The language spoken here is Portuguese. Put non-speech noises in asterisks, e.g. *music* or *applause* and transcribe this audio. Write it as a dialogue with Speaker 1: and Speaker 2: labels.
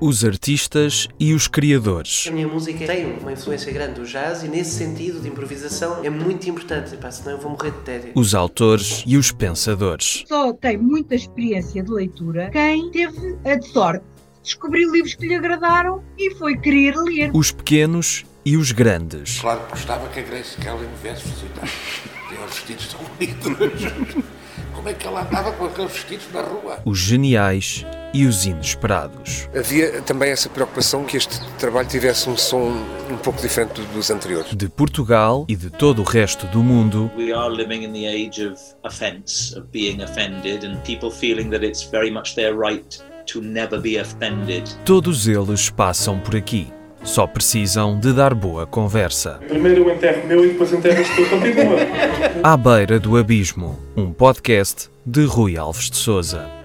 Speaker 1: os artistas e os criadores.
Speaker 2: A minha música tem uma influência grande do jazz e, nesse sentido de improvisação, é muito importante. Pá, senão eu vou morrer de tédio.
Speaker 1: Os autores e os pensadores.
Speaker 3: Só tem muita experiência de leitura quem teve a sorte de descobrir livros que lhe agradaram e foi querer ler.
Speaker 1: Os pequenos e os grandes.
Speaker 4: Claro que gostava que a Grace Kelly me
Speaker 5: *laughs*
Speaker 4: viesse visitar. Tem os vestidos tão bonitos. Como é que ela andava com aqueles vestidos na rua?
Speaker 1: Os geniais e os inesperados.
Speaker 5: Havia também essa preocupação que este trabalho tivesse um som um pouco diferente dos anteriores.
Speaker 1: De Portugal e de todo o resto do mundo,
Speaker 6: We are living in the age of offense, of being offended, and people feeling that it's very much their right to never be offended.
Speaker 1: todos eles passam por aqui. Só precisam de dar boa conversa.
Speaker 7: Primeiro eu enterro meu e depois enterras tu. Continua.
Speaker 1: À beira do abismo, um podcast de Rui Alves de Souza.